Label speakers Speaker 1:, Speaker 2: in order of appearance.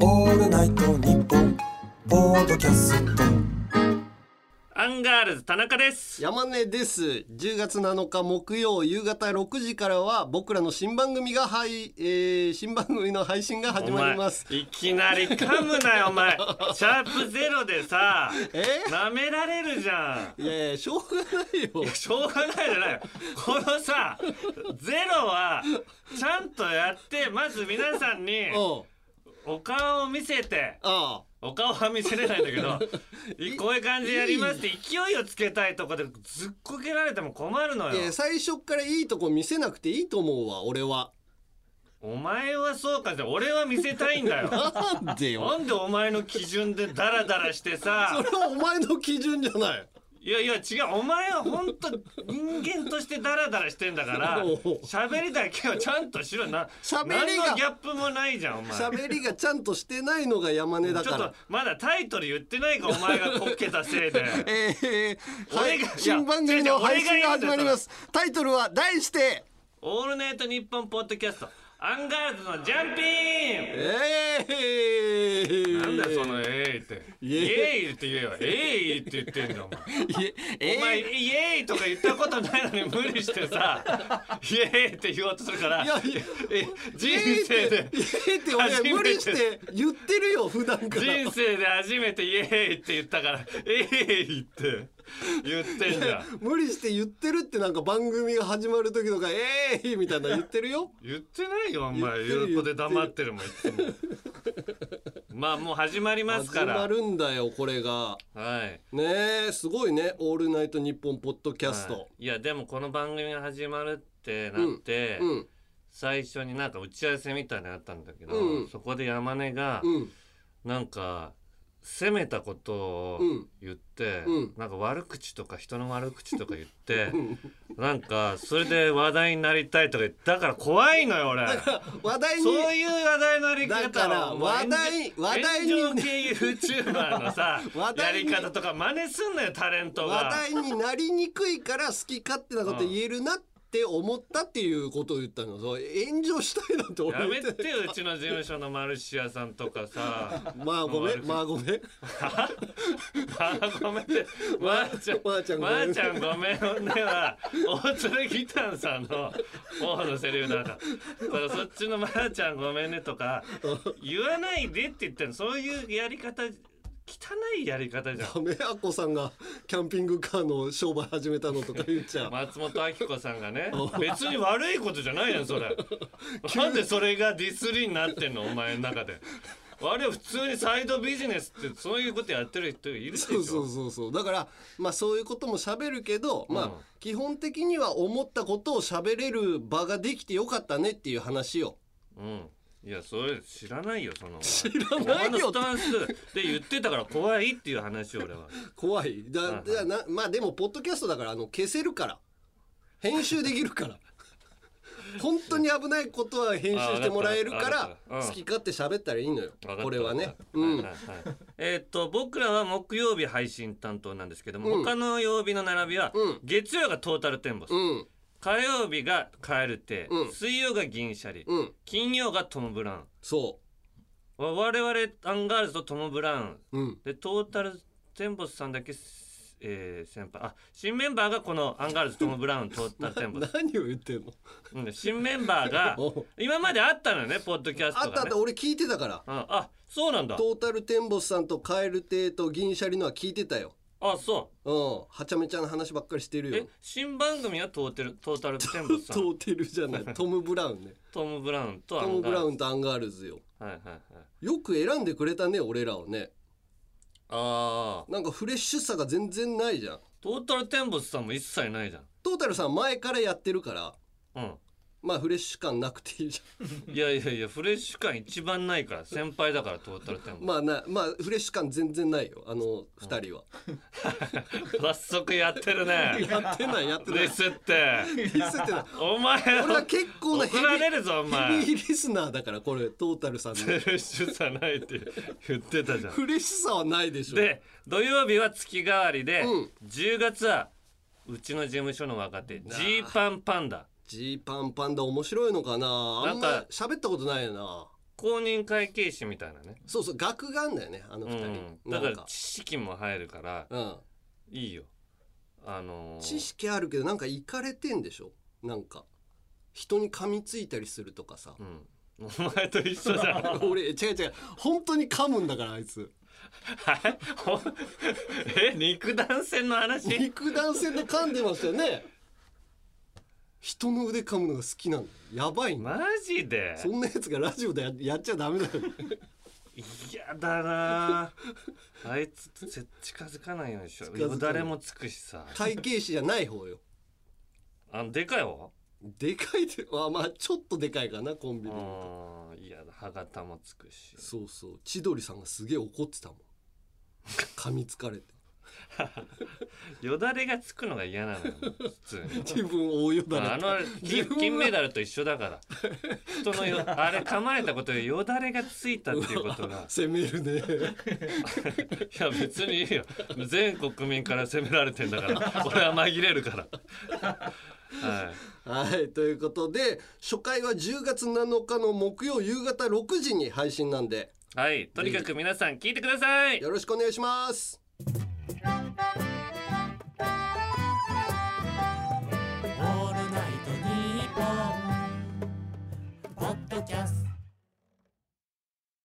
Speaker 1: オールナイトニッポン」ポッドキャスト
Speaker 2: アンガールズ田中です。
Speaker 3: 山根です10月7日木曜夕方6時からは僕らの新番組が配、えー新番組の配信が始まります
Speaker 2: お前いきなり噛むなよお 前。シャープゼロでさ、
Speaker 3: え
Speaker 2: 舐められるじゃん。
Speaker 3: いやいやしょうがないよ
Speaker 2: しょうがないじゃないよ。このさ、ゼロはちゃんとやって、まず皆さんに
Speaker 3: おう
Speaker 2: お顔を見せて、
Speaker 3: あ
Speaker 2: お顔は見せれないんだけ ど、いこういう感じでやりますって勢いをつけたいとこでずっこけられても困るの
Speaker 3: あいや
Speaker 2: よ。
Speaker 3: 最初からいいとこ見せなくていいと思うわ俺は
Speaker 2: お前はそうかじゃ、俺は見せたいんだ よ。
Speaker 3: なん でよ
Speaker 2: なんでお前の基準でダラダラして
Speaker 3: そ
Speaker 2: さ
Speaker 3: れはお前の基準じゃない
Speaker 2: いやいや違うお前は本当人間としてダラダラしてんだから
Speaker 3: おう
Speaker 2: 喋りだけはちゃんとしろな
Speaker 3: 喋
Speaker 2: 何
Speaker 3: りが
Speaker 2: のギャップもないじゃんお前ち
Speaker 3: 喋りがちゃんとしてないのが山根だ
Speaker 2: ょ
Speaker 3: か
Speaker 2: っと
Speaker 3: ら
Speaker 2: まだタイトル言ってないかお前がこっけたせい で
Speaker 3: えー、は
Speaker 2: 俺
Speaker 3: い
Speaker 2: がいや
Speaker 3: 新番組の配信が始まりますタイトルは題して
Speaker 2: 「オールナイトニッポン」ポッドキャストアンガールズのジャンピン
Speaker 3: えー、
Speaker 2: なんだよその「えい」って「イ
Speaker 3: イエイ
Speaker 2: エイ」って言えよ「えい」って言ってんだよお前
Speaker 3: いえ
Speaker 2: お前、イエーイとか言ったことないのに無理して さ、イエーイって言おうとするから、
Speaker 3: いやいや
Speaker 2: え人生で、
Speaker 3: えーって俺無理して言ってるよ普段から
Speaker 2: 人生で初めてイエーイって言ったから、えいって言ってんじゃん。
Speaker 3: 無理して言ってるってなんか番組が始まる時とか「えーい!」みたいな言ってるよ
Speaker 2: 言ってないよ、お前。
Speaker 3: 言ってる
Speaker 2: 横で黙ってるもん、いつも。まあ、もう始まりますか
Speaker 3: 始ま
Speaker 2: ら。
Speaker 3: るんだよこれが
Speaker 2: はい。
Speaker 3: ねえすごいね「オールナイトニッポン」ポッドキャス
Speaker 2: はい
Speaker 3: ト、
Speaker 2: いや、でもこの番組が始まるってなって、
Speaker 3: うん
Speaker 2: 最初になんか打ち合わせみたいなのあったんだけど、
Speaker 3: うん
Speaker 2: そこで山根が、
Speaker 3: うん
Speaker 2: なんか責めたことを
Speaker 3: うん
Speaker 2: 言って、
Speaker 3: うん
Speaker 2: なんか悪口とか人の悪口とか言っ て
Speaker 3: ん
Speaker 2: なんかそれで話題になりたいとか言ってだから怖いのよ俺
Speaker 3: 話題に
Speaker 2: そういう話題のやり方
Speaker 3: だから
Speaker 2: もう炎上
Speaker 3: 話題話題に
Speaker 2: 炎上系 YouTuber のさ
Speaker 3: 話
Speaker 2: や
Speaker 3: 題
Speaker 2: り
Speaker 3: に
Speaker 2: 方とか真似すんのよタレント
Speaker 3: 話
Speaker 2: が
Speaker 3: 題になりにくいから好き勝手なこと言えるなって思ったっていうことを言ったのそう炎上したいなんて
Speaker 2: や
Speaker 3: 俺
Speaker 2: め
Speaker 3: 言って
Speaker 2: てようちの事務所のマルシアさんとかさ
Speaker 3: まあごめんまあごめん
Speaker 2: あーごめんねまーちゃん
Speaker 3: まーちゃんご
Speaker 2: ま
Speaker 3: めん
Speaker 2: ーちゃんごめんねは大鶴ギタンさんの方のセリフだからだからそっちのまーちゃんごめんねと か言わないでって言ってんのそういうやり方汚いやり方じゃん
Speaker 3: 亀やこさんがキャンピングカーの商売始めたのとか言っ ちゃう
Speaker 2: 松本明子さんがね別に悪いことじゃないやんそ れなんでそれがディスりになってんのお前の中であれは普通にサイドビジネスってそういうことやってる人いるでしょ
Speaker 3: そうそうそうそうだからまあそういうことも喋るけど、ま
Speaker 2: うん
Speaker 3: あ基本的には思ったことを喋れる場ができてよかったねっていう話を
Speaker 2: うん。いや、それ知らないよ、そ の。知
Speaker 3: らないよ
Speaker 2: スタンスで言ってたから怖いっていう話を俺は。
Speaker 3: 怖いだ、
Speaker 2: はいはい
Speaker 3: だなまあでもポッドキャストだからあの消せるから編集できるから本当に危ないことは編集してもらえるか
Speaker 2: あわからったわかったうん
Speaker 3: 好き勝手喋ったらいいのよ
Speaker 2: わかった
Speaker 3: これはね
Speaker 2: わかった
Speaker 3: うん、
Speaker 2: はいはいえーっと、僕らは木曜日配信担当なんですけども、
Speaker 3: うん
Speaker 2: 他の曜日の並びは、
Speaker 3: うん
Speaker 2: 月曜がトータルテンボス、
Speaker 3: うん
Speaker 2: 火曜日がカエルテ、
Speaker 3: うん
Speaker 2: 水曜が銀シャリ、
Speaker 3: うん
Speaker 2: 金曜がトム・ブラウン。
Speaker 3: そ
Speaker 2: わ我々アンガールズとトム・ブラウン。
Speaker 3: ううん
Speaker 2: で、トータルテンボスさんだけ、えー先輩。あ、新メンバーがこのアンガールズトム・ブラウン、トータルテンボス。
Speaker 3: 何を言ってんの
Speaker 2: うん新メンバーが
Speaker 3: おう
Speaker 2: 今まであったのよねポッドキャス
Speaker 3: あ
Speaker 2: ト
Speaker 3: ったあ
Speaker 2: が
Speaker 3: っ
Speaker 2: ね
Speaker 3: た俺聞いてたから
Speaker 2: ああそうなんだ
Speaker 3: トータルテンボスさんとカエル亭と銀シャリのは聞いてたよ
Speaker 2: あそ
Speaker 3: うんはちゃめちゃな話ばっかりしてる
Speaker 2: うえ
Speaker 3: よ
Speaker 2: 新番組はトーテルトータルテンボスさ
Speaker 3: ト
Speaker 2: ん
Speaker 3: ーテルじゃないトム・ブラウンね
Speaker 2: トム・ブラウンとア
Speaker 3: トム・
Speaker 2: ンガール
Speaker 3: ブラ
Speaker 2: ズ
Speaker 3: ウンとアンガールズよ
Speaker 2: はいはいはい
Speaker 3: よく選んでくれたね俺らをね
Speaker 2: あー
Speaker 3: なんかフレッシュさが全然ないじゃん
Speaker 2: トータルテンボスさんも一切ないじゃん
Speaker 3: トータルさん前からやってるから
Speaker 2: う
Speaker 3: まあフレッシュ感なくていいじ
Speaker 2: んいやいやいやフレッシュ感一番ないから先輩だからトータルテン
Speaker 3: ゃん
Speaker 2: ボ
Speaker 3: まあなまあフレッシュ感全然ないよあの二人は、
Speaker 2: ス早速やってるね
Speaker 3: やってないやってない
Speaker 2: ディスって
Speaker 3: ディスってない
Speaker 2: お前
Speaker 3: 俺は結構なヘ
Speaker 2: 怒られ
Speaker 3: ビ
Speaker 2: るぞお前
Speaker 3: ヘビーリスナーだからこれトータルさん の
Speaker 2: フレッシュさないって言ってたじゃん
Speaker 3: フレッシュさはないでしょ
Speaker 2: で土曜日は月替わりで、
Speaker 3: うん
Speaker 2: 10月はうちの事務所の若手ジーパンパンダ
Speaker 3: ジーパンパンダ面白いのかなあん
Speaker 2: なん
Speaker 3: ま
Speaker 2: か
Speaker 3: 喋ったことないよな
Speaker 2: 公認会計士みたいなね、
Speaker 3: そうそう学があんだよねあの二人、
Speaker 2: うん、だか
Speaker 3: なん
Speaker 2: ら知識も入るから
Speaker 3: うん、
Speaker 2: いいよあのー
Speaker 3: 知識あるけどなんかいかれてんでしょなんか人に噛みついたりするとかさ
Speaker 2: うんお前と一緒じゃんはい
Speaker 3: 俺違う違う本当に噛むんだからあいつ
Speaker 2: ほんえ肉弾戦の話
Speaker 3: 肉弾戦で噛んでましたよね人の腕噛むのが好きなのやばいな
Speaker 2: マジで
Speaker 3: そんなやつがラジオでややっちゃダメだよ
Speaker 2: 嫌だなああいつ絶近づかないようにしよう
Speaker 3: 近づかない
Speaker 2: よだれもつくしさ
Speaker 3: 会計士じゃない方よ
Speaker 2: あのでかいわ
Speaker 3: でかいであまあちょっとでかいかなコンビニ
Speaker 2: うん嫌だ歯型もつくし
Speaker 3: そうそう千鳥さんがすげえ怒ってたもん噛みつかれて
Speaker 2: よだれがつくのが嫌なの よ普通に
Speaker 3: 自分大よだれ
Speaker 2: あの金
Speaker 3: 自分は
Speaker 2: 金メダルと一緒だから人の よあれ噛まれたことでよだれがついたっていうことが
Speaker 3: 攻めるね
Speaker 2: いや別にいいよ全国民から責められてんだ から俺は紛れるからはい
Speaker 3: はいということで初回は10月7日の木曜夕方6時に配信なんで
Speaker 2: はい、とにかく皆さん聞いてください。
Speaker 3: よろしくお願いします
Speaker 1: オールナイトニッポン」「ポッドキャスト」